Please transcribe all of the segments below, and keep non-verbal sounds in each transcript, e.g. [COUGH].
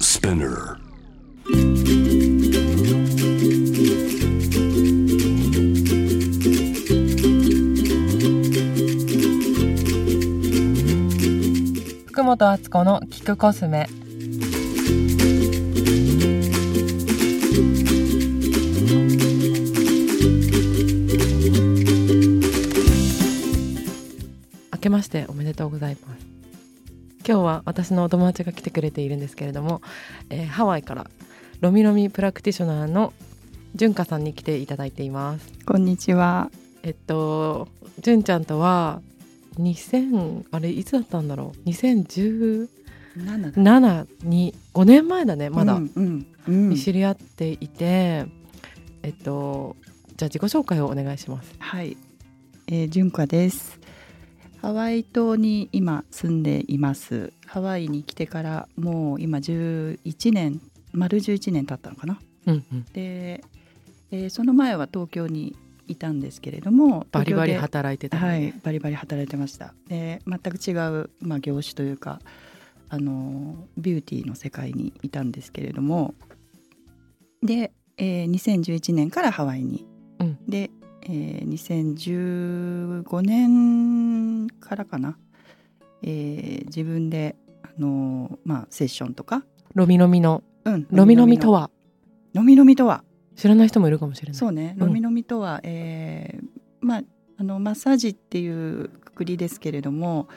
Spinner. 福本敦子の聞くコスメ明けましておめでとうございます今日は私のお友達が来てくれているんですけれども、えーハワイからロミロミプラクティショナーの純香さんに来ていただいていますこんにちは。えっと純ちゃんとは2000あれいつだったんだろう2017に5年前だねまだ、うんうんうんに知り合っていてえっとじゃあ自己紹介をお願いしますはい、えー、純子です。ハワイ島に今住んでいます。ハワイに来てからもう今11年丸11年経ったのかな。うんうんで、えーその前は東京にいたんですけれども、バリバリ東京で働いてたのね、はい、バリバリ働いてました。で、全く違う、まあ、業種というか、あのビューティーの世界にいたんですけれども。で、えー、2011年からハワイに、うんで、えー、2015年からかな、えー自分で、あのまあ、セッションとか、ロミロミのうん、ロミロミとはのみのみとは知らない人もいるかもしれないそうね、うんロミノミとは、えーまあ、あのマッサージっていうくくりですけれども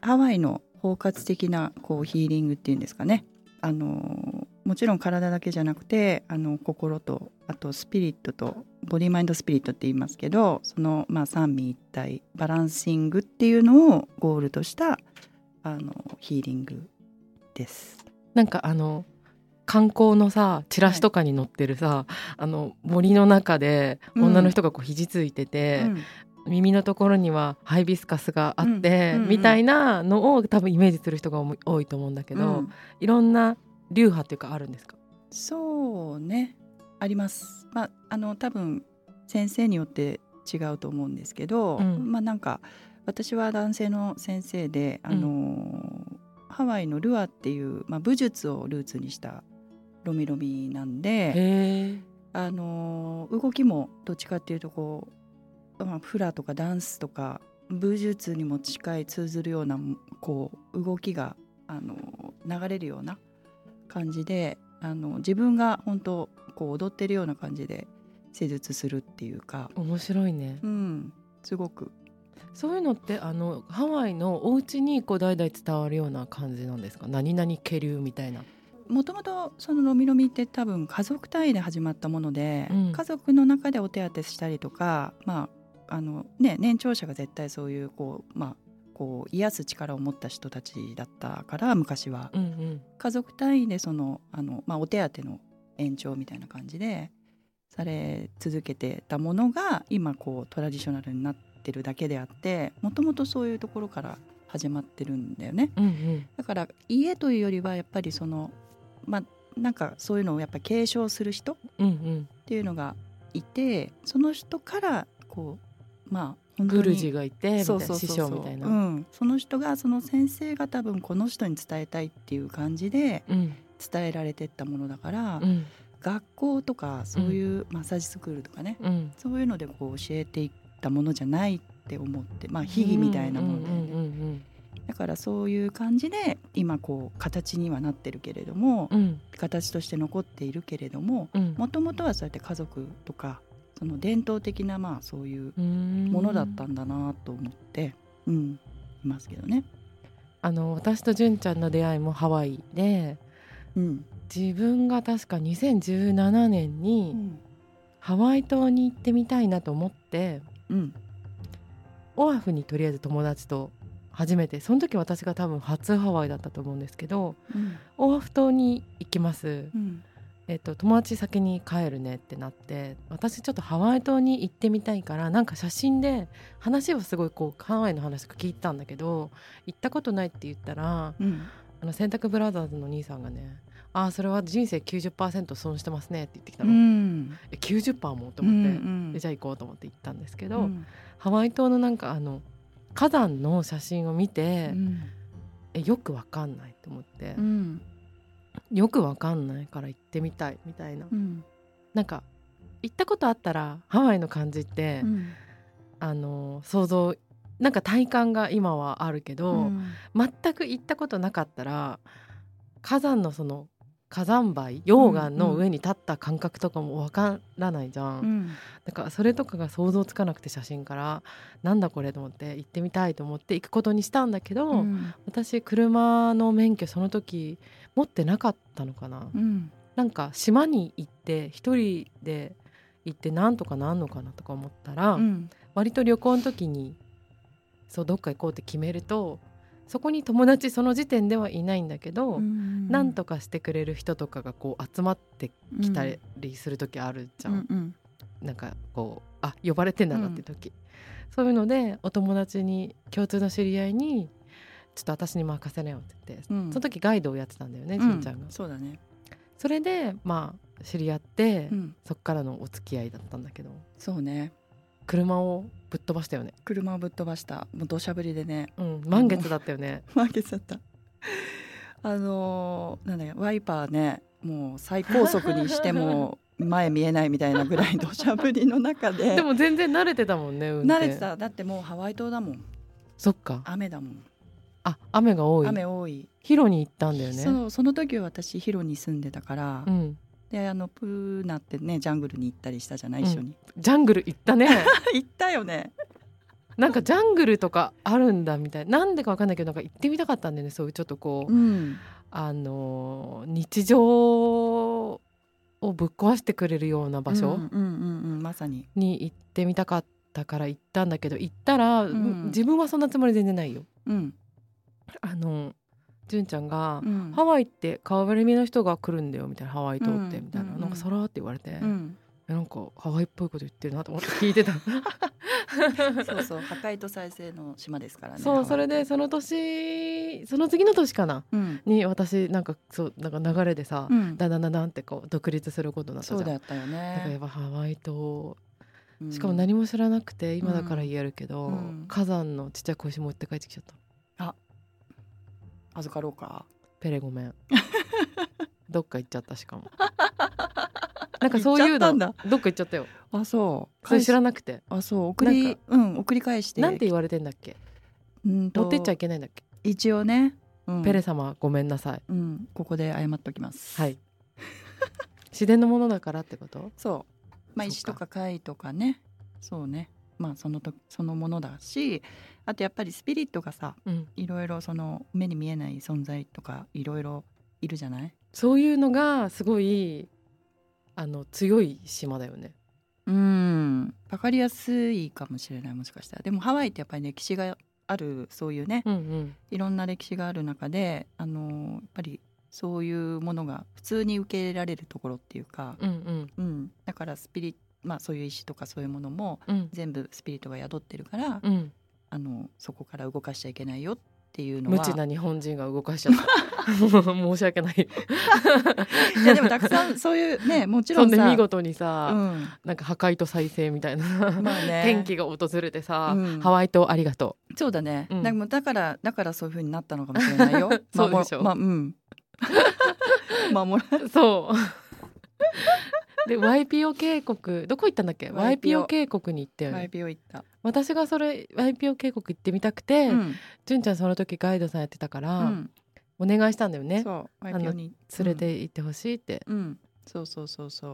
ハワイの包括的なこうヒーリングっていうんですかねあのもちろん体だけじゃなくてあの心とあとスピリットとボディマインドスピリットって言いますけどその、まあ、三位一体バランシングっていうのをゴールとしたあのヒーリングです。なんかあの観光のさチラシとかに載ってるさ、あの森の中でうん女の人がこう肘ついてて、うん耳のところにはハイビスカスがあって、うんうんうんみたいなのを多分イメージする人が多い多いと思うんだけど、うんいろんな流派っていうかあるんですかそうねあります。まああの多分先生によって違うと思うんですけど、うんまあなんか私は男性の先生で、あのハワイのルアっていう、まあ、武術をルーツにしたロミロミなんで、へえあの動きもどっちかっていうとこう、まあ、フラとかダンスとか武術にも近い通ずるようなこう動きがあの流れるような感じであの自分が本当こう踊ってるような感じで施術するっていうか、面白いね、うん、すごくそういうのってあのハワイのお家にこう代々伝わるような感じなんですか何々家流みたいなもともとそのロミロミって多分家族単位で始まったもので、うん家族の中でお手当てしたりとか、まああのね、年長者が絶対そういうこう、まあ、こう癒す力を持った人たちだったから昔はうんうん家族単位でそのあの、まあ、お手当ての延長みたいな感じでされ続けてたものが今こうトラディショナルになってるだけであってもともとそういうところから始まってるんだよね。うんうんだから家というよりはやっぱりそのまあなんかそういうのをやっぱ継承する人っうんうんていうのがいてその人からこうまあ本当にグルジがいてみたいなそうそうそうそ師う匠みたいな、うん、その人がその先生が多分この人に伝えたいっていう感じでうん伝えられてったものだから、うん学校とかそういうマッサージスクールとかね、うんそういうのでこう教えていったものじゃないって思ってまあ秘技みたいなもので、ねうんうんだからそういう感じで今こう形にはなってるけれども、うんうん形として残っているけれどもうんもともとはそうやって家族とかその伝統的なまあそういううんものだったんだなと思って、うんいますけどね。あの私と純ちゃんの出会いもハワイでうん自分が確か2017年うにんハワイ島に行ってみたいなと思ってうんオアフにとりあえず友達と初めてその時私が多分初ハワイだったと思うんですけどオアフ島に行きます、うんえっと、友達先に帰るねってなって私ちょっとハワイ島に行ってみたいからなんか写真で話をすごいこうハワイの話聞いたんだけど行ったことないって言ったらうんあの洗濯ブラザーズの兄さんがね「ああそれは人生90%損してますね」って言ってきたうの、んえ90%もと思って、うんでじゃあ行こうと思って行ったんですけうど、んハワイ島のなんかあの火山の写真を見て、うんえよくわかんないと思って、うんよくわかんないから行ってみたいみたいな、うんなんか行ったことあったらハワイの感じって、うんあの想像なんか体感が今はあるけど、うん全く行ったことなかったら火山のその火山灰溶岩の上に立った感覚とかもわからないじゃん、うんだからそれとかが想像つかなくて写真からなんだこれと思って行ってみたいと思って行くことにしたんだけど、うん私車の免許その時持ってなかったのかな、うんなんか島に行って一人で行ってなんとかなんのかなとか思ったら、うん割と旅行の時にそうどっか行こうって決めるとそこに友達その時点ではいないんだけど、うんなんとかしてくれる人とかがこう集まってきたりする時あるじゃん、うんうんなんかこうあ呼ばれてんだなって時、そういうのでお友達に共通の知り合いに「ちょっと私に任せなよ」って言って、うんその時ガイドをやってたんだよね、うじいちゃんが。そうだね、それでまあ知り合って、うん、そっからのお付き合いだったんだけどそうね車をぶっ飛ばしたよね、車をぶっ飛ばしたもう土砂降りでね [LAUGHS] うん、満月だったよね。負けちゃったあのーなんだよワイパーねもう最高速にし [LAUGHS] ても前見えないみたいなぐらい土砂降りの中ででも全然慣れてたもんね運慣転れてただってもうハワイ島だもんそっか雨だもんあ雨が多い雨多い、ヒロに行ったんだよねそのその時は私ヒロに住んでたから、うん、であのプーナってねジャングルに行ったりしたじゃないうん一緒に、 [LAUGHS] ジャングル行ったね [LAUGHS] 行ったよねなんかジャングルとかあるんだみたいなんでかわかんないけどなんか行ってみたかったんだよねそういうちょっとこう、うんあのー日常をぶっ壊してくれるような場所、うんうんうんうんまさにに行ってみたかったから行ったんだけど行ったら、ん自分はそんなつもり全然ないよ。うんあの純ちゃんが、うんハワイって川辺見の人が来るんだよみたいなハワイ島ってうんみたいな、うんなんかさらって言われて、うんえなんかハワイっぽいこと言ってるなと思って聞いてた [LAUGHS] そうそう破壊と再生の島ですからねそうそれでそその年その次の年かなうん、に私なんかそうなんか流れでさ、うんだんだんだんだんってこう独立することになったじゃそんうだったよだからやねっ。ぱハワイ島うんしかも何も知らなくて今だから言えるけど、うん火山のちっちゃい小石持って帰ってきちゃった預かろうか。ペレご [LAUGHS] めんどっか行っちゃったしかもなんかそういう行っちゃったのんどだっか行っちゃったよあそう。それ知らん。なくてあそう送りうん送り返して。なんて言われてんだっけうんと持ってっちゃいけないんだっけ、一応ね。うんペレ様ごめんなさいうんここで謝っときます。 [LAUGHS] はい。自然のものだからってことそう。そうかまあ石とか貝とかね。そうね。まあそのとそのものだし、あとやっぱりスピリットがさ、うんいろいろその目に見えない存在とかいろいろいるじゃない。そういうのがすごいあの強い島だよねうん。わかりやすいかもしれないもしかしたら。でもハワイってやっぱり歴史があるそういうね。うんうんいろんな歴史がある中であのやっぱりそういうものが普通に受け入れられるところっていうか、うんうんうんだからスピリまあそういう石とかそういうものもうん全部スピリットが宿ってるから、うんあのそこから動かしちゃいけないよっていうのは無知な日本人が動かしちゃった [LAUGHS] 申し訳ないいやでもたくさんそういうねもちろそんんでさ見事にうさ、んなんか破壊と再生みたいな、まあね天気が訪れてさ、うんハワイ島ありがとそうだね、うんだからだからだからそういうふうになったのかもしれないよ [LAUGHS] そうでしょまあ、まあうん [LAUGHS] 守ら [LAUGHS] う [LAUGHS] そうで YPO 渓谷どこ行ったんだっけ YPO YPO 渓谷に行ったよないね YPO 行った、私がそれ YPO 渓谷行ってみたくて、うん純ちゃんその時ガイドさんやってたから、うんお願いしたんだよねそうの YPO に連れて行ってほしいって、うん、そうそうそうそう。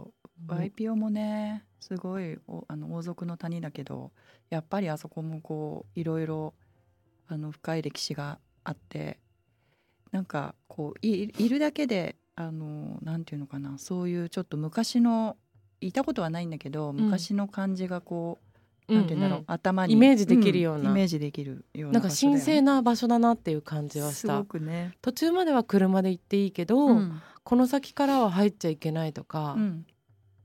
うん YPO もね、すごいおあの王族の谷だけど、やっぱりあそこもこういろいろあの深い歴史があって、なんかこういいるだけであのなんていうのかな、そういうちょっと昔のいたことはないんだけど、昔の感じがこう、なんていうんだろう、頭にイメージできるようなイメージできるようななんか場所だよ神ね聖な場所だなっていう感じはしすごたくね。途中までは車で行っていいけど、うんこの先からは入っちゃいけないとか、うん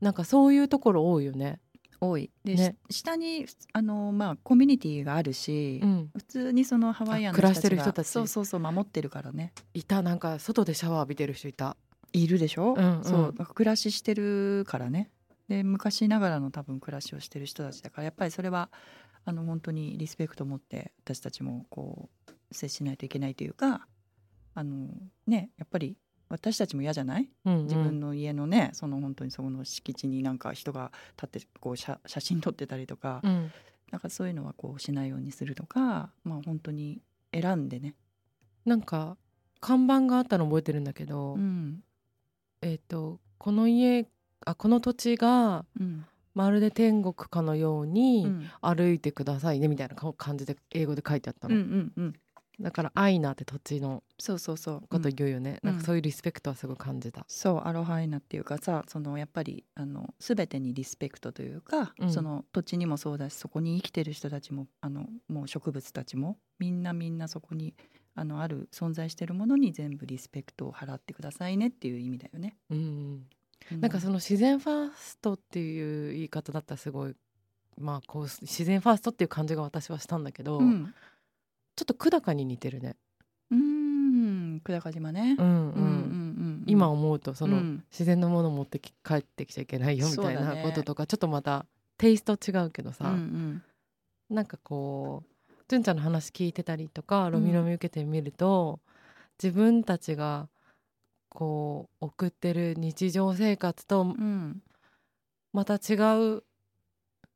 なんかそういうところ多いよね。多いで、ねし下にあの、まあ、コミュニティがあるし、うん、普通にそのハワイアンあの暮らしてる人たちそうそうそう守ってるからねいたなんか外でシャワー浴びてる人いた。いるでしょ、うんうんそう暮らししてるからねで昔ながらの多分暮らしをしてる人たちだからやっぱりそれはあの本当にリスペクトを持って私たちもこう接しないといけないというかあのねやっぱり私たちも嫌じゃないうんうん自分の家のねその本当にそこの敷地になんか人が立ってこう写写真撮ってたりとか、うんなんかそういうのはこうしないようにするとかまあ本当に選んでね、なんか看板があったの覚えてるんだけど、うんえっ、とこの家あこの土地がうんまるで天国かのよううにん歩いてくださいねみたいなか感じで英語で書いてあったうんうの、んうんだからアイナって土地のそうそうそう、こうんと言うよね、うんなんかそういうリスペクトはすごい感じた、そうアロハイナっていうかさそのやっぱりあの全てにリスペクトというか、うんその土地にもそうだしそこに生きてる人たちもあのもう植物たちもみんなみんなそこにあのある存在してるものに全部リスペクトを払ってくださいねっていう意味だよね。うんうなんかその自然ファーストっていう言い方だったらすごいまあこう自然ファーストっていう感じが私はしたんだけど、うん、ちょっと久高に似てるね、うん久高島ね、うんううんうんうんん今思うとその、うん自然のもの持ってき帰ってきちゃいけないよみたいそうだなねこととか、ちょっとまたテイスト違うけどさ、うんうんなんかこうじゅんちゃんの話聞いてたりとかロミロミ受けてみると、自分たちがこう送ってる日常生活とうんまた違う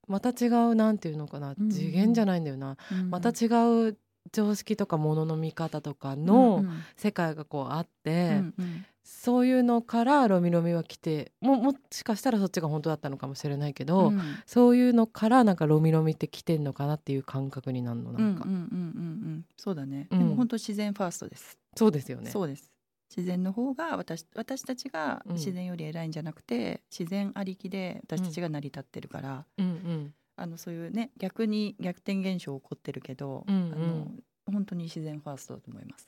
また違うなんていうのかなうん次元じゃないんだよな、うんまた違う常識とかものの見方とかうんのうん世界がこうあって。うんうんそういうのからロミロミは来てももしかしたらそっちが本当だったのかもしれないけど、うんそういうのからなんかロミロミって来てんのかなっていう感覚になるのなうんうんんうんか、うんうんそうだね、うんでも本当自然ファーストですそうですよねそうです自然の方が私私たちがうん自然より偉いんじゃなくて、自然ありきで私たちが成り立ってるから、うんあのそういうね逆に逆転現象起こってるけど、うんうんあの本当に自然ファーストだと思います。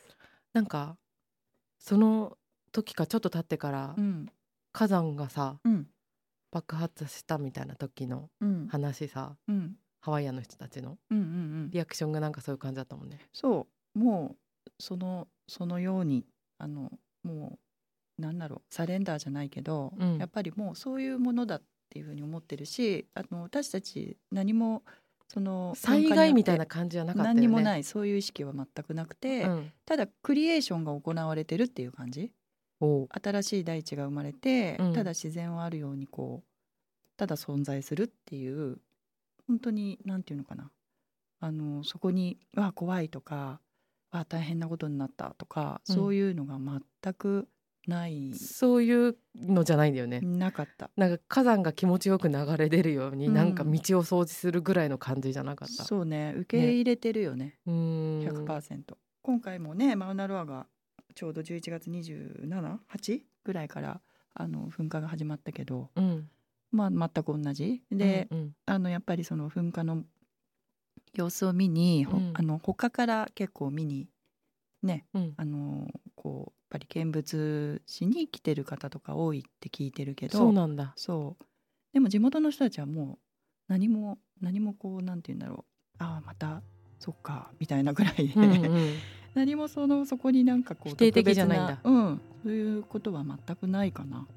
なんかその時かちょっと経ってからうん火山がさうん爆発したみたいな時のうん話さうんうんハワイアンの人たちのうんうんリアクションがなんかそういう感じだったもんね。そうもうそのそのようにあのもうなんだろうサレンダーじゃないけど、うんやっぱりもうそういうものだっていうふうに思ってるしあの私たち何もその災害みたいなな感じはなかったよね。。何にもないいそういう意識は全くなくて、うん、ただクリエーションが行われてるっていう感じおう新しい大地が生まれて、うんただ自然はあるようにこうただ存在するっていう本当に何て言うのかなあのそこに「わあ怖い」とか「わあ大変なことになった」とか、うんそういうのが全くないそういうのじゃないんだよね。なかった。なんか火山が気持ちよく流れ出るように、うんなんか道を掃除するぐらいの感じじゃなかった。うそうね受け入れてるよねーん。 100%、今回もねマウナロアがちょうど11月278ぐらいからあの噴火が始まったけど、うん。まあ、全く同じで、うんうんあのやっぱりその噴火の様子を見に、ほうんあの他から結構見にねうん、あのこうやっぱり見物しに来てる方とか多いって聞いてるけどそうなん [LAUGHS] だ。そうでも地元の人たちはもう何も何もこうなんて言うんだろうああまたそっかみたいなぐらいで、うんうん、 [LAUGHS] 何もそのそこになんかこう否定的じゃないんだ特別うん、そういうことは全くないかな。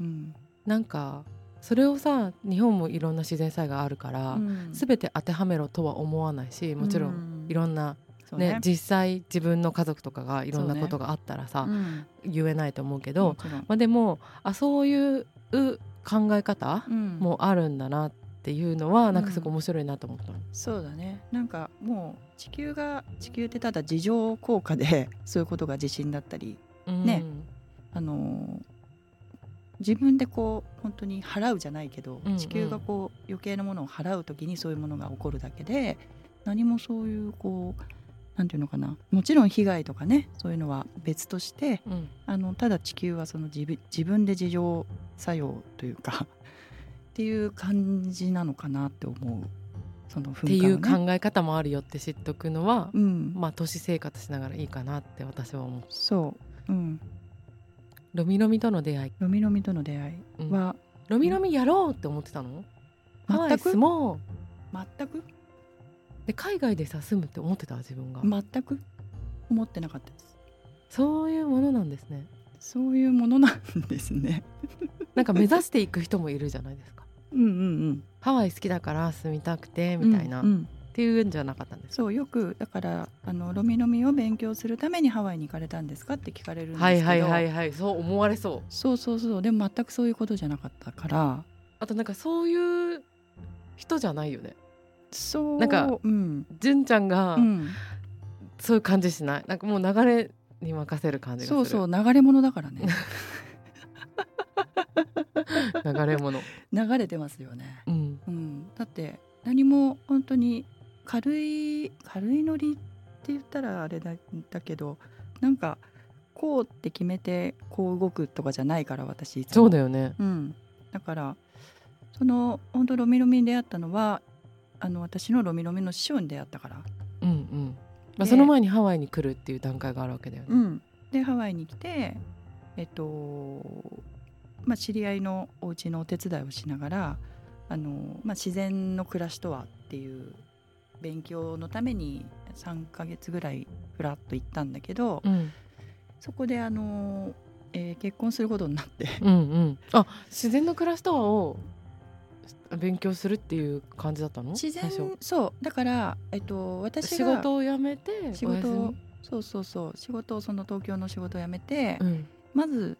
うんなんかそれをさ日本もいろんな自然災害あるから、べ全て当てはめろとは思わないしもちろんいろんな、そうね実際自分の家族とかがいろんなことがあったらさ、うん言えないと思うけもど、ちろんまあ、でもあそういう考え方うんもあるんだなっていうのは、なんかすごうい面白いなと思ったの。そうだねなんかもう地球が地球ってただ自浄効果で [LAUGHS] そういうことが地震だったりねあのー自分でこう本当に払うじゃないけど、うんうん地球がこう余計なものを払う時にそういうものが起こるだけで何もそういうこうなんていうのかなもちろん被害とかねそういうのは別としてうん、うんあのただ地球はその自分自分で自浄作用というかっていう感じなのかなって思うそのって噴い火うのね。考え方もあるよって知っとくのは、うんまあ都市生活しながらいいかなって私は思うそう、うん、ロミロミとの出会い、ロミロミとの出会いうんはロミロミやろうって思ってたのハワイ全く住も全くうで海外でさ住むって思ってた自分が、全く思ってなかったです。そういうものなんですねそういうものなんですね。なんか目指して [LAUGHS] いく人もいるじゃないですかうんうんうん。ハワイ好きだから住みたくてみたいな、うんっていうんじゃなかったんですかそうよくだからあのロミノミを勉強するためにハワイに行かれたんですかって聞かれるんですけど、はいはいはいはいそう思われそうそうそうそうでも全くそういうことじゃなかったからあとなんかそういう人じゃないよねそうなんかうん、純ちゃんがうん、そういう感じしないなんかもう流れに任せる感じがすそるうそう流れ物だからね [LAUGHS] 流れ物流れてますよね、うんうん、だって何も本当に軽い軽いノリって言ったらあれだだけどなんかこうって決めてこう動くとかじゃないから私いつもそうだよねうん、だからその本当ロミロミに出会ったのはあの私のロミロミの師匠に出会ったから、うんうんまあ、でその前にハワイに来るっていう段階があるわけだよね、でハワイに来てえっと、まあ、知り合いのお家のお手伝いをしながらあの、まあ、自然の暮らしとはっていう勉強のために3ヶ月ぐらいふらっと行ったんだけど、うん、そこであの、えー結婚することに [LAUGHS] なってうんうんあ自然の暮らしとはを勉強するっていう感じだったの自然最初そうだから、えっと、私仕が事を辞めて仕お休事みをそうそうそう仕事をその東京の仕事を辞めて、うんまず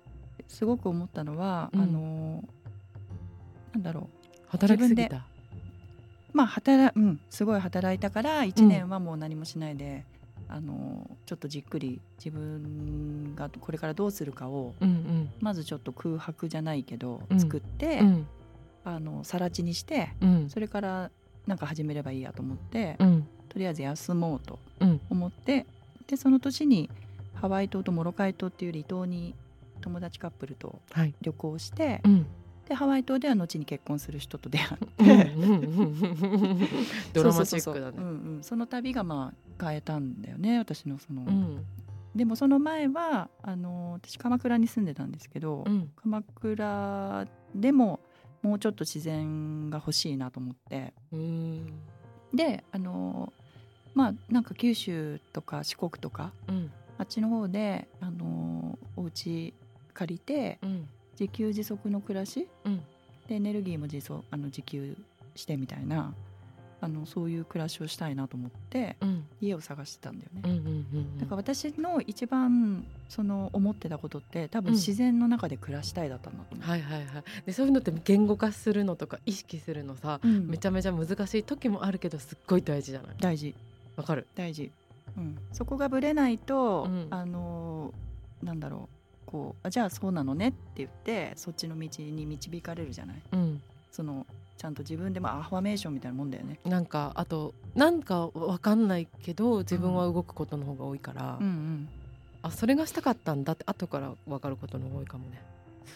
すごく思ったのは、うんあのなんだろ働きすぎたうまあ働うんすごい働いたから1年はもう何もしないで、あのちょっとじっくり自分がこれからどうするかをうんまずちょっと空白じゃないけどうん作って、うんうんあの更地にしてうんそれからなんか始めればいいやと思って、うんとりあえず休もうとうん思ってでその年にハワイ島とモロカイ島っていう離島に友達カップルとはい旅行してうんでハワイ島では後に結婚する人と出会っうんてうんうん [LAUGHS] うん [LAUGHS] ドラマチックだそうそうそうそうねうんうんその旅がまあ変えたんだよね私のその、うんでもその前はあの私鎌倉に住んでたんですけど、うん鎌倉でももうちょっと自然が欲しいなと思ってうんであのまあなんか九州とか四国とかうんあっちの方で、あのーお家借りてうん自給自足の暮らしうんでエネルギーも自足あの自給してみたいなあのそういう暮らしをしたいなと思ってうん家を探してたんだよね。うんうんうんだから私の一番その思ってたことって多分自然の中で暮らしたいだったんだと思う。はいはいはいでそういうのって言語化するのとか意識するのさうんめちゃめちゃ難しい時もあるけどすっごい大事じゃない大事わかる大事、うん、そこがぶれないと、うんあのーなんだろうこうあじゃあそうなのねって言ってそっちの道に導かれるじゃない。うんそのちゃんと自分でまあアファメーションみたいなもんだよね。なんかあとなんかわかんないけど自分は動くことの方が多いから、うんうん、あそれがしたかったんだって後からわかることの方が多いかもね。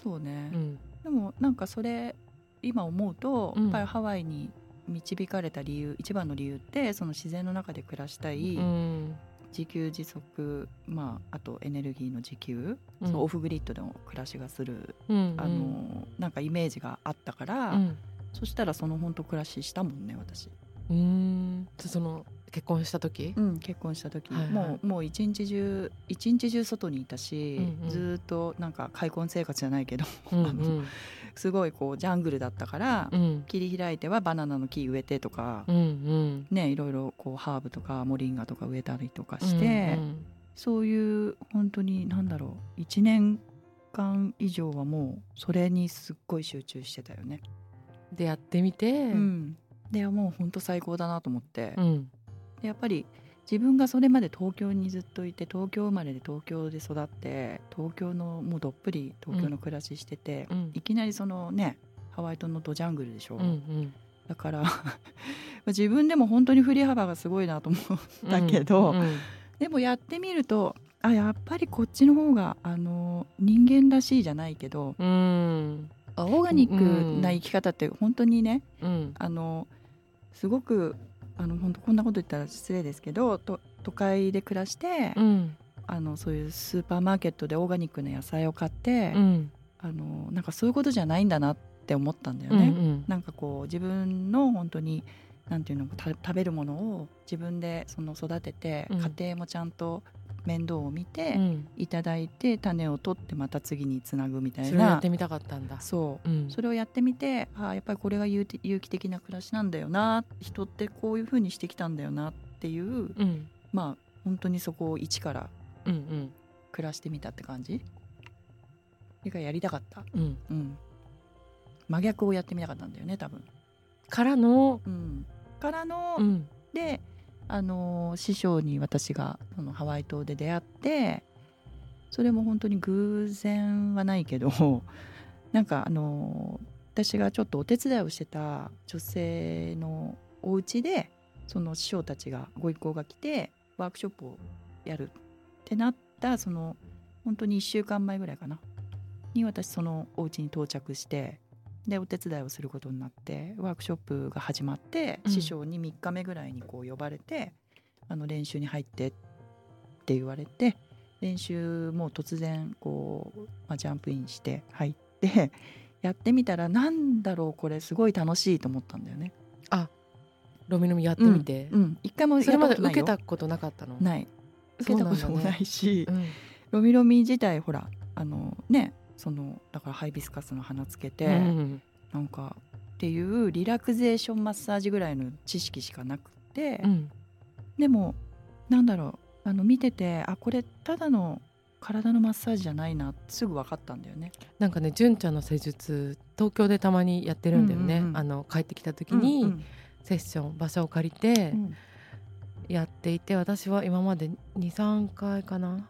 そうね、うんでもなんかそれ今思うと、うんやっぱりハワイに導かれた理由一番の理由ってその自然の中で暮らしたい、うん自給自足、まあ、あとエネルギーの自給、うんそのオフグリッドでの暮らしがする、うんあのなんかイメージがあったから、うんそしたらその本当暮らししたもんね私、うんそその結婚した時、うん、結婚した時、はいはいもうもう一日中一日中外にいたし、うんうんずーっとなんか開墾生活じゃないけど [LAUGHS] うんあのすごいこうジャングルだったから、うんうん切り開いてはバナナの木植えてとかう、んねいろいろこうハーブとかモリンガとか植えたりとかうん、して、うんそういう本当に何だろう1年間以上はもうそれにすっごい集中してたよね。うんでやってみて、うう、ん、でもう本当最高だなと思って、うんでやっぱり自分がそれまで東京にずっといて東京生まれで東京で育って東京のもうどっぷり東京の暮らししてて、うんいきなりそのねハワイ島のドジャングルでしょ、うんだから [LAUGHS] 自分でも本当に振り幅がすごいなと思う、うんだけど、うんでもやってみるとあやっぱりこっちの方があの人間らしいじゃないけどうんオーガニックな生き方って本当にねうんあのすごくあの本当こんなこと言ったら失礼ですけどと都会で暮らして、うんあのそういうスーパーマーケットでオーガニックな野菜を買って、うんあのなんかそういうことじゃないんだなって思ったんだようね。んなんかこう自分の本当になんていうのた食べるものを自分でその育てて、うん家庭もちゃんと面倒を見うてん、いただいて、種を取ってまた次につなぐみたいそれをやなってみたかったんだ。そううん、それをやってみてああやっぱりこれが有機有機的な暮らしなんだよな人ってこういうふうにしてきたんだよなっていううん、まあ本当にそこを一からうん、暮らしてみたって感じそれがやりたかった、うん、うん、うん、真逆をやってみたかったんだよね多分、からの、うん、からの、うん、であのー師匠に私がそのハワイ島で出会ってそれも本当に偶然はないけど [LAUGHS] なんかあのー私がちょっとお手伝いをしてた女性のお家でその師匠たちがご一行が来てワークショップをやるってなったその本当に1週間前ぐらいかなに私そのお家に到着してでお手伝いをすることになってワークショップが始まって、うん師匠に3日目ぐらいにこう呼ばれてあの練習に入ってって言われて練習も突然こう、まあ、ジャンプインして入ってやってみたらなんだろうこれすごい楽しいと思ったんだよね。ロミロミやってみて、うん、一回もやっそれまでことな受いけよたことなかったの。ない受けたこともないしう、ん、ロミロミ自体ほらあのねそのだからハイビスカスの花つけて、うん、なんかっていうリラクゼーションマッサージぐらいの知識しかなくて、うん、でもなんだろうあの見ててあこれただの体のマッサージじゃないなってすぐ分かったんだよね。なんかね、純ちゃんの施術、東京でたまにやってるんだよね。うんうんうんあの帰ってきた時に、うんセッション場所を借りてうんやっていて、私は今まで二三回かな。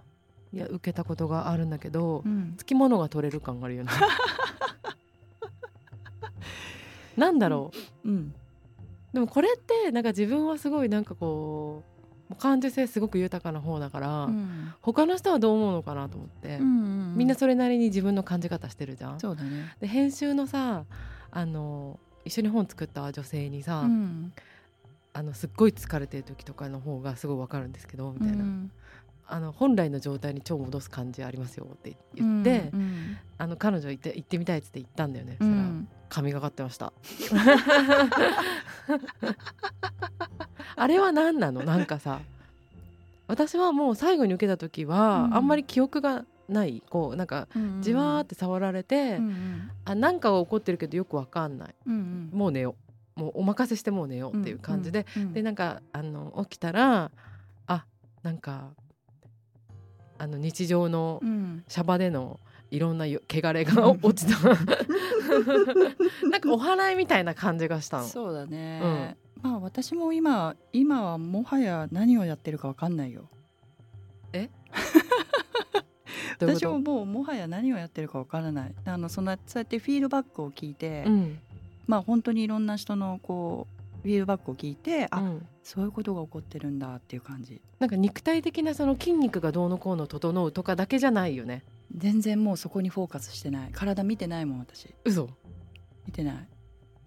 いや、受けたことがあるんだけど、うんつきものが取れる感がある [LAUGHS] よね。なんだろう。うんでもこれってなんか自分はすごいなんかこう感受性すごく豊かな方だから、うん他の人はどう思うのかなと思って、うんみんなそれなりに自分の感じ方してるじゃん。そうだね。で編集のさあの一緒に本作った女性にさ、うんあのすっごい疲れてる時とかの方がすごいわかるんですけどみたいな、うんあの本来の状態に超戻す感じありますよって言って、うんあの彼女行って行ってみたいっつって行ったんだよね、うそしたらん神がかってました。あれは何なのなんかさ私はもう最後に受けた時は、うんあんまり記憶がないこうなんかうんじわーって触られて、うんあなんかは起こってるけどよくわかんないうんうんもう寝ようもうお任せしてもう寝ようっていう感じで、うんうんでなんかあの起きたらあなんかあの日常のうんシャバでのいろんなよ汚れが落ちた [LAUGHS] なんかお祓いみたいな感じがしたのそうだね、まあ私も今今はもはや何をやってるかわかんないよどういうこ私もともうもはや何をやってるかわからないあのそのそうやってフィードバックを聞いて、うんまあ本当にいろんな人のこうフィードバックを聞いて、うあんそういうことが起こってるんだっていう感じなんか肉体的なその筋肉がどうのこうの整うとかだけじゃないよね全然もうそこにフォーカスしてない体見てないもん私嘘見てな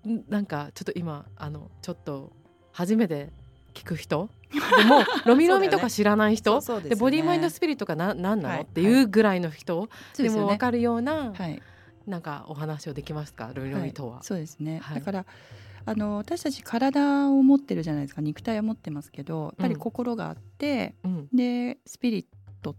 いんなんかちょっと今あのちょっと初めて聞く [LAUGHS] 人でもロミロミとか知らない人、そうででボディーマインドスピリットがな何なの、っていうぐらいの人そうでですもよ分ねかるような、はいなんかお話をできますかロミロミとは、そうですね、はいだからあの私たち体を持ってるじゃないですか肉体を持ってますけどやっぱりうん心があって、うんでスピリット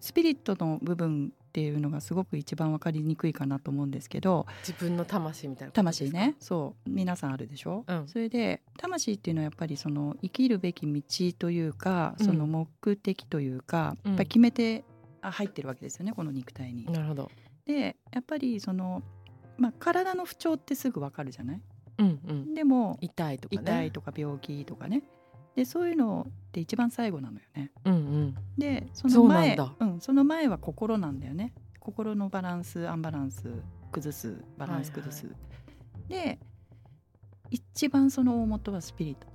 スピリットの部分っていうのがすごく一番わかりにくいかなと思うんですけど自分の魂みたいなことですか魂ねそう皆さんあるでしょ、うんそれで魂っていうのはやっぱりその生きるべき道というかうんその目的というか、うんやっぱり決めてあ入ってるわけですよねこの肉体に。なるほどでやっぱりその、まあ、体の不調ってすぐわかるじゃないうんうん、でも痛いとかね痛いとか病気とかねでそういうのって一番最後なのよねうんでそのそうなん前だうんその前は心なんだよね心のバランスアンバランス崩すバランス崩す、で一番その大元はスピリット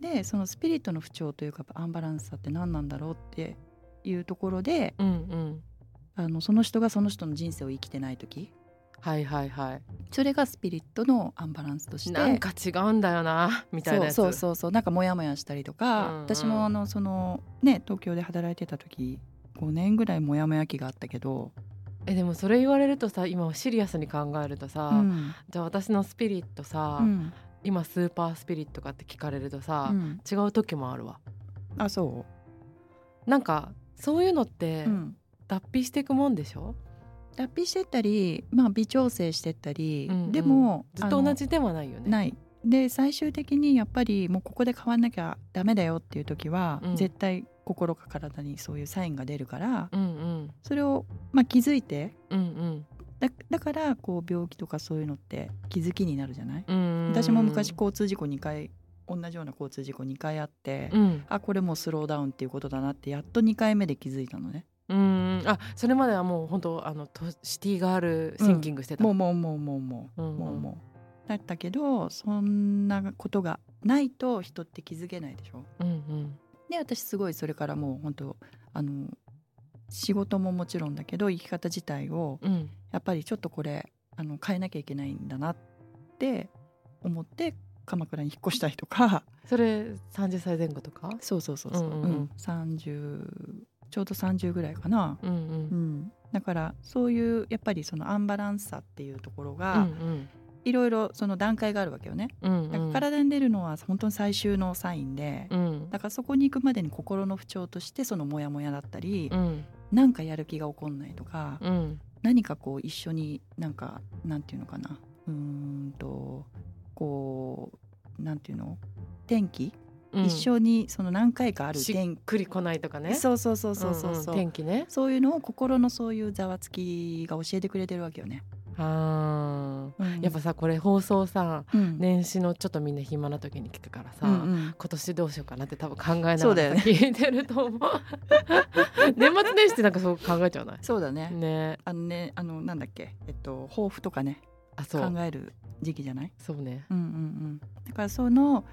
でそのスピリットの不調というかアンバランスさって何なんだろうっていうところでうんうんうんあのその人がその人の人生を生きてない時はいはいはそれがスピリットのアンバランスとしいてなんか違うんだよなみたいなやつそうそうそうそうなんかモヤモヤしたりとか、うんうん私もあのそのね東京で働いてた時5年ぐらいモヤモヤ期があったけど、えでもそれ言われるとさ今シリアスに考えるとさ、うんじゃあ私のスピリットさ、うん今スーパースピリットかって聞かれるとさ、うん違う時もあるわあそなんかそういうのってうん脱皮していくもんでしょ、脱皮してったり、まあ、微調整してったり、うんうんでもずっと同じではないよあねのないで最終的にやっぱりもうここで変わんなきゃダメだよっていう時は、うん絶対心か体にそういうサインが出るからうんうんそれを、まあ、気づいてうんだだからこう病気とかそういうのって気づきになるじゃない、うんうん私も昔交通事故2回同じような交通事故2回あって、うんあこれもうスローダウンっていうことだなってやっと2回目で気づいたのねうんあそれまではもう本当あのとシティガールシンキングしてた、もうもうもうもうもううんうんもうもうだったけどそんなことがないと人って気づけないでしょうんうんで私すごいそれからもう本当あの仕事ももちろんだけど生き方自体をうんやっぱりちょっとこれあの変えなきゃいけないんだなって思って鎌倉に引っ越したりとかそれ三十歳前後とかそうそうそうそう、うんうんうん30ちょうど30ぐらいかな、うんうんうん、だからそういうやっぱりそのアンバランスさっていうところうんうがんいろいろその段階があるわけよねうんうんだから体に出るのは本当に最終のサインで、うんだからそこに行くまでに心の不調としてそのモヤモヤだったり、うんなんかやる気が起こんないとか、うん何かこう一緒になんかなんていうのかなうーんとこうなんていうの天気、うん一緒にその何回かあるし天気、くりこないとかねそうそうそうそうそうそう、んん天気ねそういうのを心のそういうざわつきが教えてくれてるわけよね。あうんーやっぱ、さこれ放送さうん、年始のちょっとみんな暇な時に聞くからさ、うんうん今年どうしようかなって多分考えながらさそうだよね聞いてると思 [LAUGHS] う年末年始ってなんかそう考えちゃわないそうだね。ねあのねあのなんだっけえっと抱負とかねあそ考うえる時期じゃないそうねうんうんうん、だからその、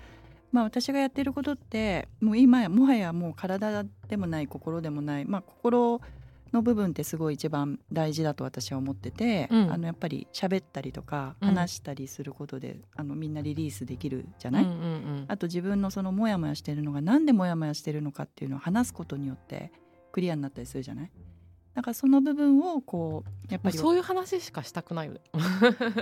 まあ、私がやってることってもう今やもはやもう体でもない心でもない、まあ、心の部分ってすごい一番大事だと私は思ってて、うんあのやっぱり喋ったりとかうん話したりすることで、あのみんなリリースできるじうゃんなうい、んうんあと自分のそのモヤモヤしてるのがなんでモヤモヤしてるのかっていうのを話すことによってクリアになったりするじゃないだからその部分をこうやっもぱうりそういう話しかしたくないよね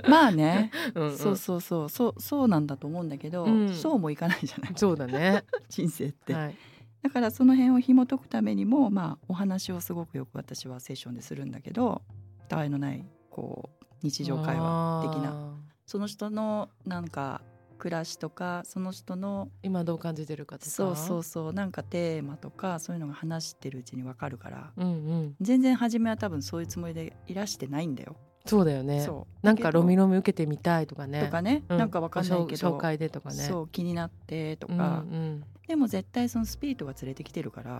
まあねうんうんそうそうそうそうそうなんだと思うんだけど、うんそうもいかないじゃ [LAUGHS] ないそうだね人生って、はいだからその辺を紐解くためにもまあお話をすごくよく私はセッションでするんだけどたわいのないこう日常会話的ななその人のなんか暮らしとかその人の今どう感じてるかとかそうそうそうなんかテーマとかそういうのが話してるうちにわかるからうんうん全然初めは多分そういうつもりでいらしてないんだよ。そうだよねそうなんかロミだロミ受けてみたいとかねけどとかね、うなんかわかんないけどご紹介でとかねそうう気になってとか、んでも絶対そのスピリットが連れてきてるからうん、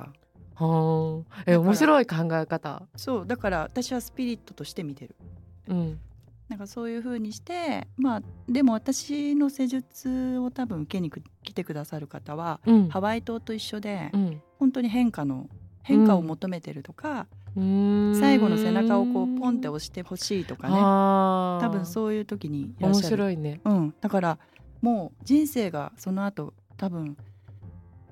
はあえだから面白い考え方そうだから私はスピリットとして見てるうんなんかそういう風にしてまあでも私の施術を多分受けに来てくださる方は、うんハワイ島と一緒で、うん本当に変化の変化を求めてるとか、うーん最後の背中をこうポンって押してほしいとかねあー多分そういう時にいらっ面しゃる、白いねうん、だからもう人生がその後多分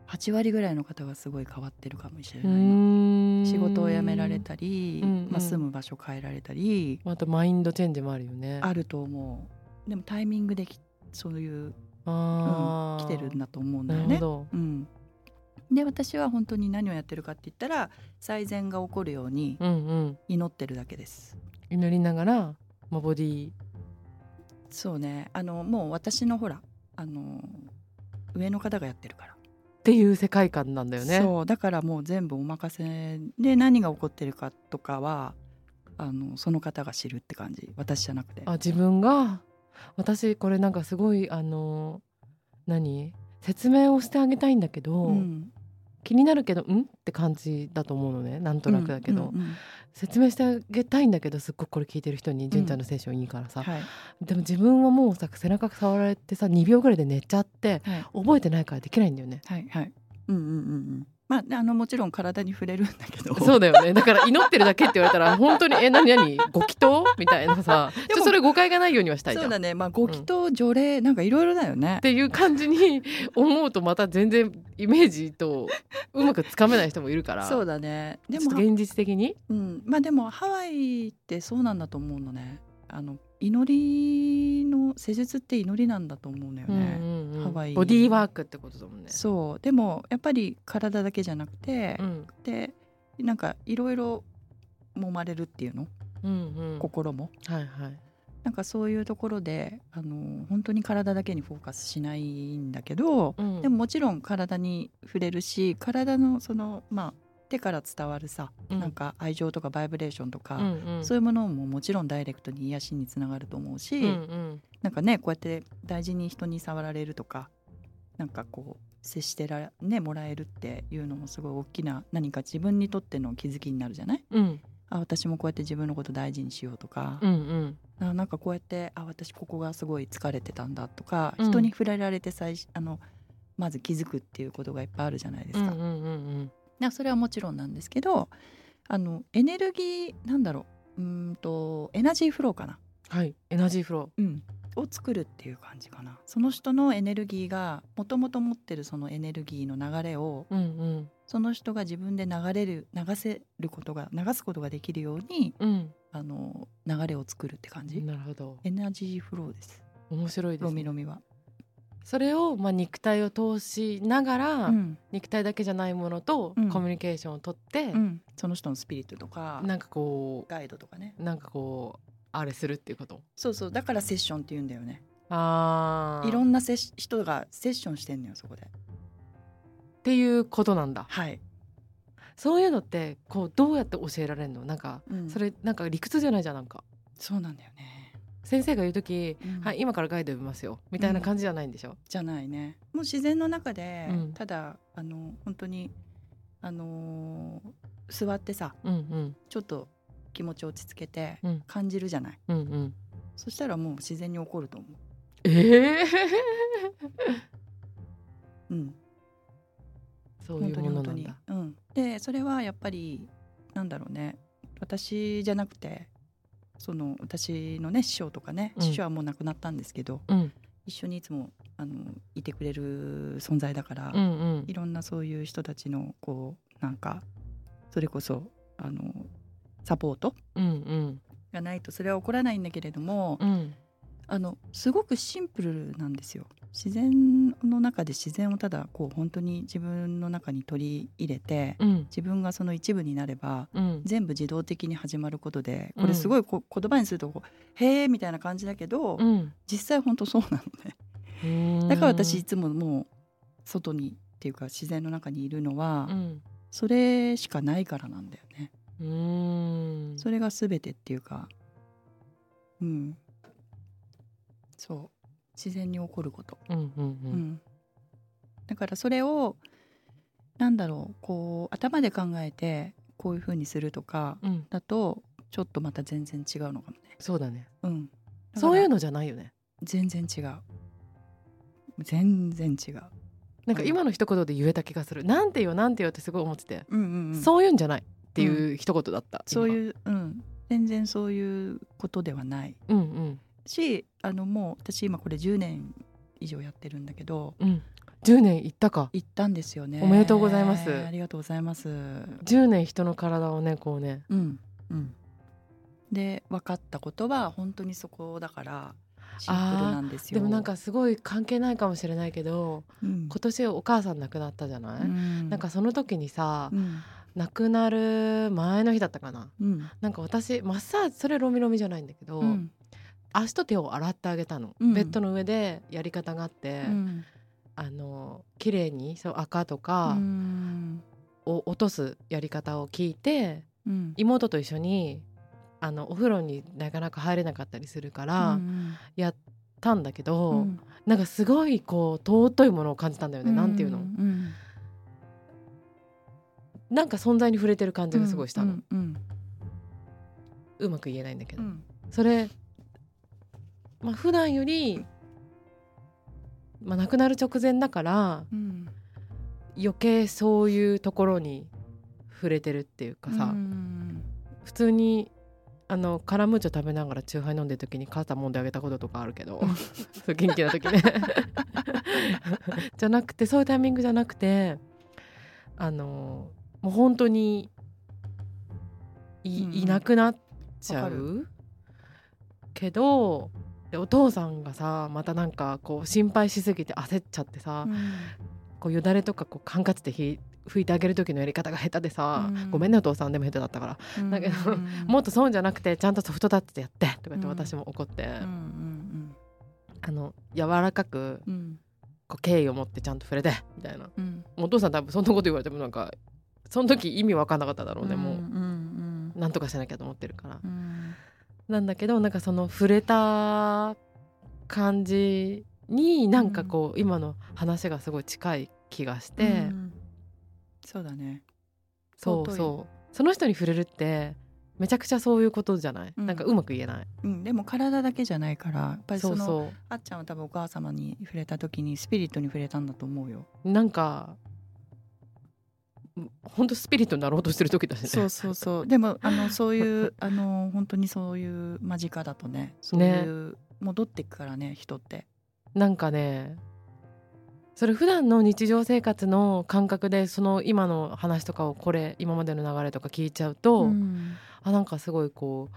8割ぐらいの方がすごい変わってるかもしれうないな。ーん仕事を辞められたり、うんまうんあ、住む場所変えられたり、あとマインドチェンジもあるよねあると思うでもタイミングできそういう、うんあ、来てるんだだと思うんだなよるほね。ど、うん、で私は本当に何をやってるかって言ったら最善が起こるようにうんうん祈ってるだけです。祈りながらまあボディそうねあのもう私のほらあの上の方がやってるから。っていう世界観なんだよねそうだからもう全部お任せで何が起こってるかとかはあのその方が知るって感じ私じゃなくてあ自分が私これなんかすごいあの何説明をしてあげたいんだけど、うん気になるけどんって感じだと思うのねなんとなくだけど、うんうんうん説明してあげたいんだけどすっごくこれ聞いてる人に純ちゃんのセッションいいからさ、はいでも自分はもうさ背中触られてさ2秒ぐらいで寝ちゃってはい覚えてないからできないんだよね。はいはいうんうんうんうんまああのもちろん体に触れるんだけどそうだよねだから祈ってるだけって言われた [LAUGHS] ら本当に「え何何ご祈祷?」みたいなさちょっとそれ誤解がないようにはしたいじそゃ。うんだねまあご祈祷除霊、なんかいろいろだよねっていう感じに思うとまた全然イメージとうまくつかめない人もいるからそうだねでちょもっと現実的にうんまあでもハワイってそうなんだと思うのねあの祈りの施術って祈りなんだと思うのようんね。うんうんハワイボディーワークってことだもんね。そうでもやっぱり体だけじゃなくて、うんでなんかいろいろ揉まれるっていうのうんうん、心もはいはい。なんかそういうところであの本当に体だけにフォーカスしないんだけど、うんでももちろん体に触れるし体のそのまあ手から伝わるさ、うんなんか愛情とかバイブレーションとか、うんうん、そういうものももちろんダイレクトに癒しにつながると思うし、うんうんなんかねこうやって大事に人に触られるとかなんかこう接してら、ね、もらえるっていうのもすごい大きな何か自分にとっての気づきになるじゃないうんあ私もこうやって自分のこと大事にしようとか、うんうんあなんかこうやってあ私ここがすごい疲れてたんだとか、うん人に触れられて最初あのまず気づくっていうことがいっぱいあるじゃないですうんか。うんうんなそれはもちろんなんですけどあのエネルギーなんだろううーんとエナジーフローかな、はいエナジーフロうん、を作るっていう感じかなその人のエネルギーがもともと持ってるそのエネルギーの流れをー。うんうんその人が自分で流れる流せることが流すことができるようにうんあの流れを作るって感じ、なるほどエナジーフローです面白いでロす、ミね。ロミは。それをまあ肉体を通しながら、うん肉体だけじゃないものとうんコミュニケーションをとってう、ん、その人のスピリットとかなんかこガイドとかねうなんかこうあれするっていうこと。そうそうだからセッションって言うんだよねああいろっんなセッシ人がセッションしてんのよそこでていうことなんだ。はい、そういうのってこうどうやって教えられるのなんかうんそれなんか理屈じゃないじゃんなんかそうなんだよね、先生が言う時、うんはい今からガイド読みますよみたいな感じじゃないんでしょ、じゃないねもう自然の中で、うんただあの本当にあのー座ってさうん、うんちょっと気持ち落ち着けてうん感じるじゃない、うんうんそしたらもう自然に起こると思ええううんそうい [LAUGHS] 本う当にもの本な当んにだ。うん、でそれはやっぱりなんだろうね私じゃなくてその私のね師匠とかね、うん師匠はもう亡くなったんですけどうん一緒にいつもあのいてくれる存在だから、うんうんいろんなそういう人たちのこうなんかそれこそあのサポートうんがないとそれは起こらないんだけれども、うんあのすごくシンプルなんですよ自然の中で自然をただこう本当に自分の中に取り入れて、うん自分がその一部になればうん全部自動的に始まることでうんこれすごいこ、言葉にするとこうへえみたいな感じだけうど、ん実際本当そうなのねうんだから私いつももう外にっていうか自然の中にいるのは、うんそれしかないからなんだよねうんそれが全てっていうかうんそう自然に起こることうんうんううんん、だからそれをなんだろうこう頭で考えてこういうふうにするとかうんだとちょっとまた全然違うのかもね。そうだねうん、そういうののじゃないよね全然違う全然違う。なんか今の一言で言えた気がするなんてよなんてよってすごい思っててうんうんうん、そうそういうんじゃないっていう一言だったそうういう、うん、全然そういうことではないうんうんしあのもう私今これ10年以上やってるんだけどうん10年いったか行ったんですよね。おめでとうございますありがとうございます。 10年人の体をねこうねうんうん、で分かったことは本当にそこだからシンプルなんですよ。でもなん、かすごい関係ないかもしれないけどうん今年お母さん亡くなったじゃない、うんなんか、その時にさ、うん亡くなる前の日だったかなうんなんか私マッサージそれロミロミじゃないんだけど、うん足と手を洗ってあげたの、うんベッドの上でやり方があって、うんあの綺麗にそう赤とかうんを落とすやり方を聞いて、うん妹と一緒にあのお風呂になかなか入れなかったりするから、うんやったんだけど、うんなんかすごいこう尊いものを感じたんだよね、なんていうのんなんか存在に触れてる感じがすごいしたの、ううんうんまく言えないんだけうど、んそれ、まあ普段より、まあ、亡くなる直前だからうん余計そういうところに触れてるっていうかさ、うん普通にあのカラムーチョ食べながらチューハイ飲んでる時に肩揉んであげたこととかあるけどそう元気な時ねじゃなくてそういうタイミングじゃなくてあのもう本当にい,、うんいなくなっちゃわかうけどでお父さんがさまたなんかこう心配しすぎて焦っちゃってさ、こうよだれとかこうハンカチでひ拭いてあげる時のやり方が下手でさ、うんごめんねお父さんでも下手だったから、だけどもっとそうじゃなくてちゃんとソフトタッチでやってとか言ってうん私も怒って、うんうんあの柔らかくうんうんこう敬意を持ってちゃんと触れてみたいなうんもうお父さん多分そんなこと言われてもなんかその時意味わかんなかっただろうね、もうんううんなんとかしなきゃと思ってるから、うんうんなんだけどなんかその触れた感じになんかこう、今の話がすごい近い気がして、うんそうだねそう尊いそうその人に触れるってめちゃくちゃそういうことじゃない、うんなんかうまく言えないうんでも体だけじゃないからやっぱりそそうのそあっちゃんは多分お母様に触れた時にスピリットに触れたんだと思うようなんか本当スピリットになろうとしてる時だしね [LAUGHS] そうそうそうでもあのそういう [LAUGHS] あの本当にそういう間近だとねそういう戻ってくからね人ってなんかねそれ普段の日常生活の感覚でその今の話とかをこれ今までの流れとか聞いちゃうと、うんあなんかすごいこう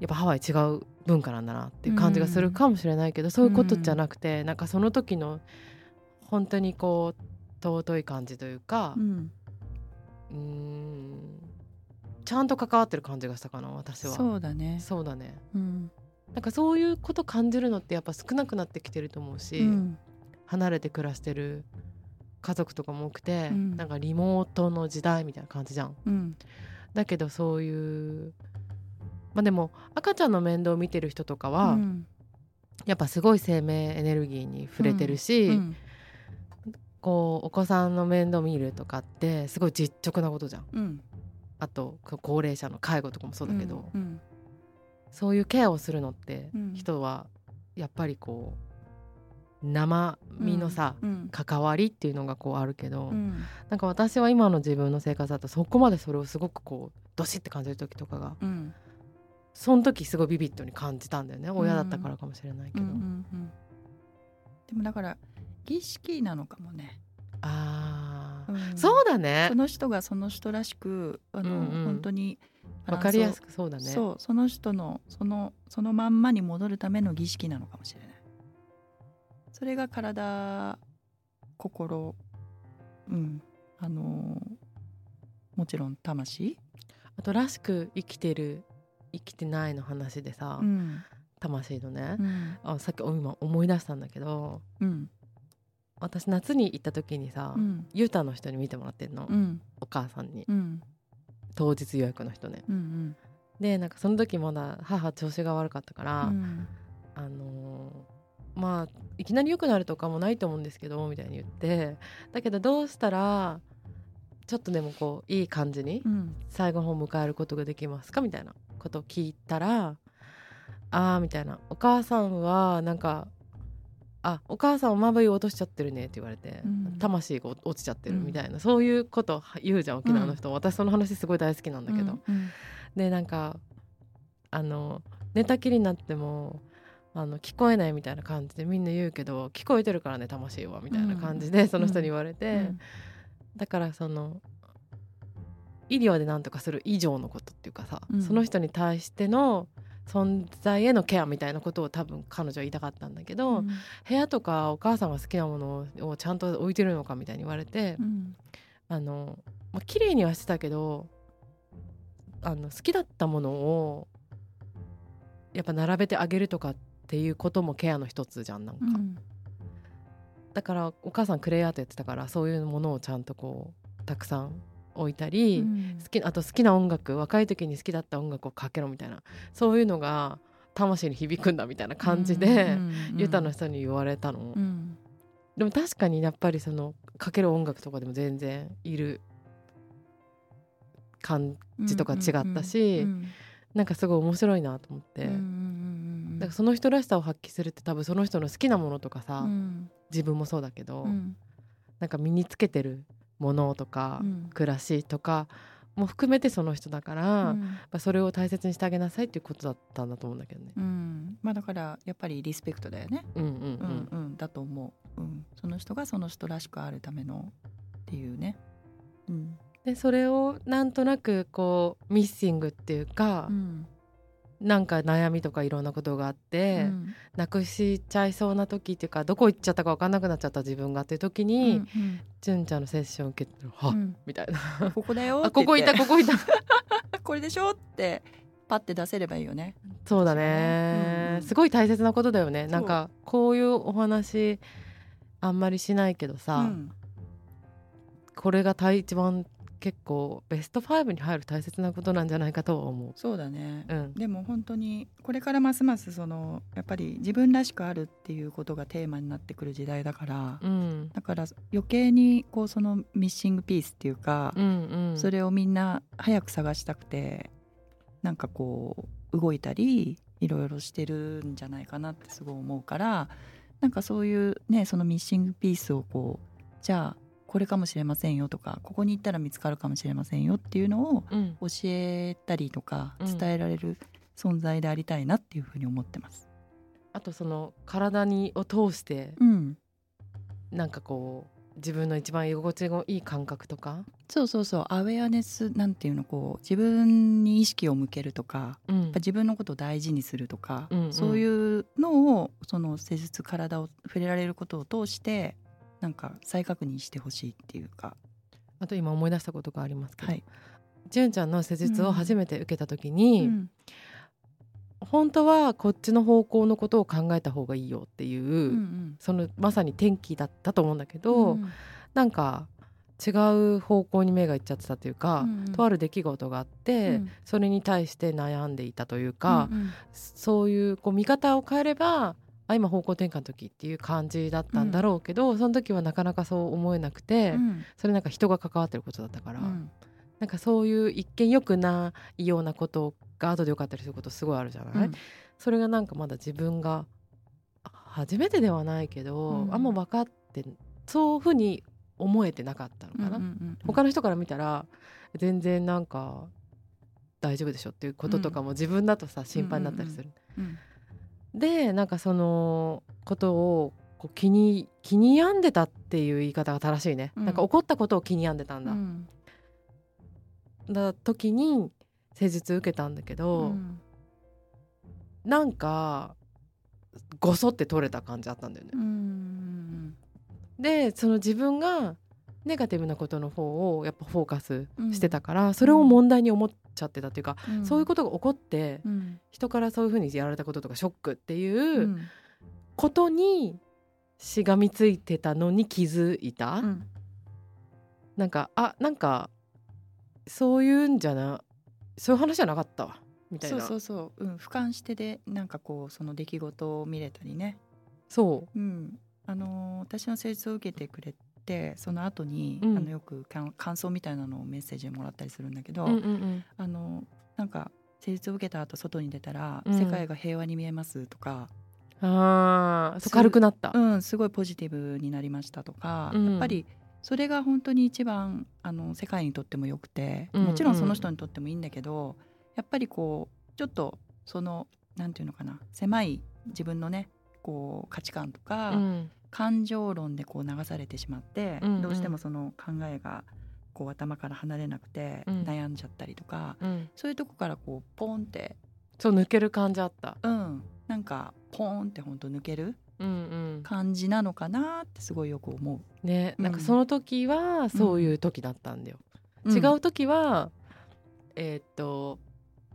やっぱハワイ違う文化なんだなっていう感じがするかもしれないけど、そういうことじゃなくて、なんかその時の本当にこう尊い感じというか、うんうーんちゃんと関わってる感じがしたかな私はそうだねそうだねうんなんかそういうこと感じるのってやっぱ少なくなってきてると思うし、うん離れて暮らしてる家族とかも多くて、うんなんかリモートの時代みたいな感じじゃんうんだけどそういうまあでも赤ちゃんの面倒を見てる人とかは、うんやっぱすごい生命エネルギーに触れてるし、うんこうお子さんの面倒見るとかってすごい実直なことじゃんうんあとこう高齢者の介護とかもそうだけど、うんそういうケアをするのって、うん人はやっぱりこう生身のさ、うん関わりっていうのがこうあるけど、うんなんか私は今の自分の生活だとそこまでそれをすごくこうドシッて感じる時とかがうんその時すごいビビッドに感じたんだよねん親だったからかもしれないけうんうど、んうんでもだから儀式なのかもね、あー、うんそうだねその人がその人らしくあの、うんうん本当にわかりやすくくそうだねそうその人のそのそのまんまに戻るための儀式なのかもしれないそれが体心うんあのもちろん魂、あとらしく生きてる生きてないの話でさ、うん魂のねう、んあさっき今思い出したんだけどうん私夏に行った時にさ、うんユタの人に見てもらってんの、うんお母さんにうん当日予約の人ねうんでなんかその時まだ母調子が悪かったから、うんあのーまあいきなり良くなるとかもないと思うんですけどみたいに言ってだけどどうしたらちょっとでもこういい感じにうん最後の方を迎えることができますかみたいなことを聞いたら「あー」みたいな「お母さんはなんかあお母さんはまぶいを落としちゃってるね」って言われて、うん魂が落ちちゃってるみたいな、そういうこと言うじゃん沖縄の人、私その話すごい大好きなんだけど、うんでなんかあの寝たきりになってもあの聞こえないみたいな感じでみんな言うけど聞こえてるからね魂はみたいな感じで、その人に言われて、うんだからその医療で何とかする以上のことっていうかさ、うんその人に対しての存在へのケアみたいなことを多分彼女は言いたかったんだけど、うん部屋とかお母さんが好きなものをちゃんと置いてるのかみたいに言われて、うんあの、まあ、綺麗にはしてたけどあの好きだったものをやっぱ並べてあげるとかっていうこともケアの一つじゃんなんか、うんだからお母さんクレイアートやってたからそういうものをちゃんとこうたくさん置いたり、うん好きあと好きな音楽若い時に好きだった音楽をかけろみたいなそういうのが魂に響くんだみたいな感じで、うんうんユタの人に言われたの、うんでも確かにやっぱりそのかける音楽とかでも全然いる感じとか違ったしうんうんうんなんかすごい面白いなと思って、うんうんうんうんだからその人らしさを発揮するって多分その人の好きなものとかさ、うん自分もそうだけど、うんなんか身につけてるものとか、うん暮らしとかも含めてその人だから、うやっんぱそれを大切にしてあげなさいっていうことだったんだと思うんだけどね。うん、まあだからやっぱりリスペクトだよね。うんうんううんん、うんだと思う、うん。その人がその人らしくあるためのっていうね。うん。でそれをなんとなくこうミッシングっていうか、うんなんか悩みとかいろんなことがあって、うんなくしちゃいそうな時っていうかどこ行っちゃったか分かんなくなっちゃった自分がっていう時うに、んうん純ちゃんのセッション受けてるは、うんみたいなここだよあって言こってこいたここい [LAUGHS] たこれでしょってパッて出せればいいよね。そうだうんね、うんすごい大切なことだよねなんかこういうお話あんまりしないけどさ、うんこれが大一番結構ベスト5に入る大切なことなんじゃないかとは思そうだねう、う。ん、でも本当にこれからますますそのやっぱり自分らしくあるっていうことがテーマになってくる時代だから、うん、だから余計にこうそのミッシングピースっていうかう、んうんそれをみんな早く探したくてなんかこう動いたりいろいろしてるんじゃないかなってすごい思うからなんかそういうねそのミッシングピースをこうじゃあこれかもしれませんよとかここに行ったら見つかるかもしれませんよっていうのをうん教えたりとかうん伝えられる存在でありたいなっていうふうに思ってます。あとその体にを通してうん、なんかこう自分の一番居心地のいい感覚とか、そうそうそうアウェアネスなんていうのこう自分に意識を向けるとかうんやっぱ自分のことを大事にするとか、うんうんそういうのをその施術体を触れられることを通してなんか再確認してほしいっていうか、あと今思い出したことがありますけど、はい純ちゃんの施術を初めて受けた時うに、ん本当はこっちの方向のことを考えた方がいいよっていう、うんうんそのまさに転機だったと思うんだけど、うんなんか違う方向に目がいっちゃってたというか、うんとある出来事があって、うんそれに対して悩んでいたというか、うんうんそういうこう見方を変えればあ今方向転換の時っていう感じだったんだろうけど、その時はなかなかそう思えなくて、うんそれなんか人が関わってることだったから、うんなんかそういう一見良くないようなことが後で良かったりすることすごいあるじゃない、それがなんかまだ自分があ初めてではないけど、うんあんま分かってそういうふうに思えてなかったのかな、うんうんうん他の人から見たら全然なんか大丈夫でしょっていうこととかも自分だとさ心配になったりする、うんでなんかそのことをこう気に気に病んでたっていう言い方が正しいね、うんなんか怒ったことを気に病んでたんだ、うんだ時に施術受けたんだけど、うんなんかごそって取れた感じあったんだよねう。んでその自分がネガティブなことの方をやっぱフォーカスしてたから、それれをを問問題に思っちゃってたっていうか、んそういうことが起こって、うん人からそういうふうにやられたこととかショックってういうんことにしがみついてたのに気づいた、うんなんかあなんかそういうんじゃなそういう話じゃなかったわみたいそなうそうそう、うん、俯瞰してでなんかこうその出来事を見れたりねそうん、あのー私の施術を受けてくれてその後に、うんあのよく感感想みたいなのをメッセージでもらったりするんだけど、ううんうんうんあのなんか施術を受けた後外に出たら、うん世界が平和に見えますとか、あーそうす軽くなったう。ん、すごいポジティブになりましたとか、うんやっぱりそれが本当に一番あの世界にとってもよくてうんもちろんその人にとってもいいんだけど、やっぱりこうちょっとそのなんていうのかな狭い自分のねこう価値観とか、うん感情論でこう流されてしまって、うんうんどうしてもその考えがこう頭から離れなくてうん悩んじゃったりとか、うんそういうとこからこうポンってそう抜ける感じあった。うんなんかポンって本当抜けるうんうん、感じなのかなってすごいよく思ね、うんなんかその時はそういう時だったんだよ。う。違う時は、えーっと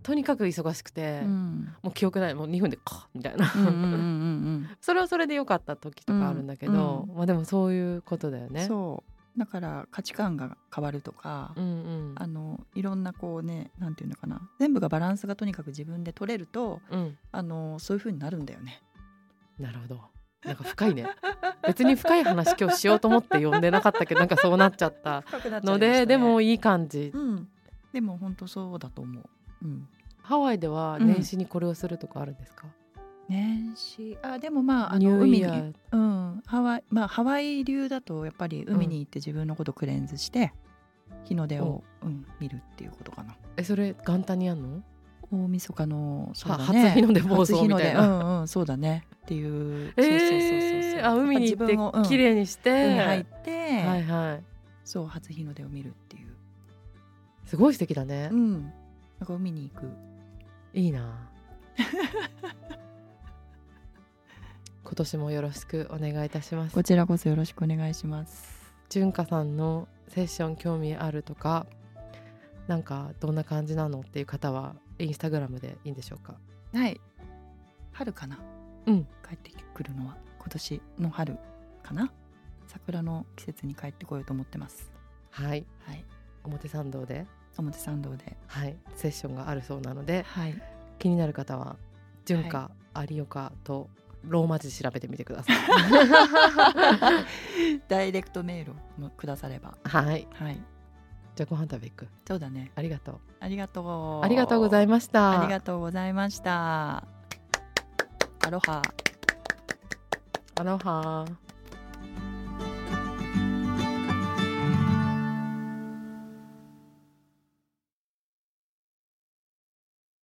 とにかく忙しくて、うん、もう記憶ないもう2分でカッみたいな、うん、うんうんうんうん [LAUGHS] それはそれで良かった時とかあるんだけど、うまあでもそういうことだようんね。そうだから価値観が変わるとか、うんうんあのいろんなこうねなんていうのかな全部がバランスがとにかく自分で取れるとうん、あのそういう風になるんだよね。なるほどなんか深いね別に深い話今日しようと思って呼んでなかったけどなんかそうなっちゃ [LAUGHS] った深くなっちゃのいましたで、ねでもいい感じうん、でも本当そうだと思う。うん、ハワイでは年始にこれをするとかあるんですか、年始あでもまああニのューイ海ヤに、ーうん、ハワイまあハワイ流だとやっぱり海に行って自分のことクレンズして、日の出を、うん、見るっていうことかな。えそれ元旦にやんの大晦日のそうはだね。初日の出暴走みたいな初日の出うんうんそうだねっていう。そうそうそうそうえー、あ海に行やっぱ自分っをて綺麗にして、うん海に入って、はいはいそう初日の出を見るっていう。すごい素敵だねう、ん。なんか海に行く。 [LAUGHS] いいな今年もよろしくお願いいたしますこちらこそよろしくお願いします。純香さんのセッション興味あるとかなんかどんな感じなのっていう方はインスタグラムでいいんでしょうかはい。春かな。うん帰ってくるのは今年の春かな。桜の季節に帰ってこようと思ってます。はいはい。表参道で表参道で。はいセッションがあるそうなのではい。気になる方は純香、有岡とローマ字で調べてみてください [LAUGHS] [LAUGHS] ダイレクトメールをくだされば。はいはい。じゃあご飯食べ行くそうだね。ありがとうありがとう。ありがとうございましたありがとうございました。アロハ。アロハー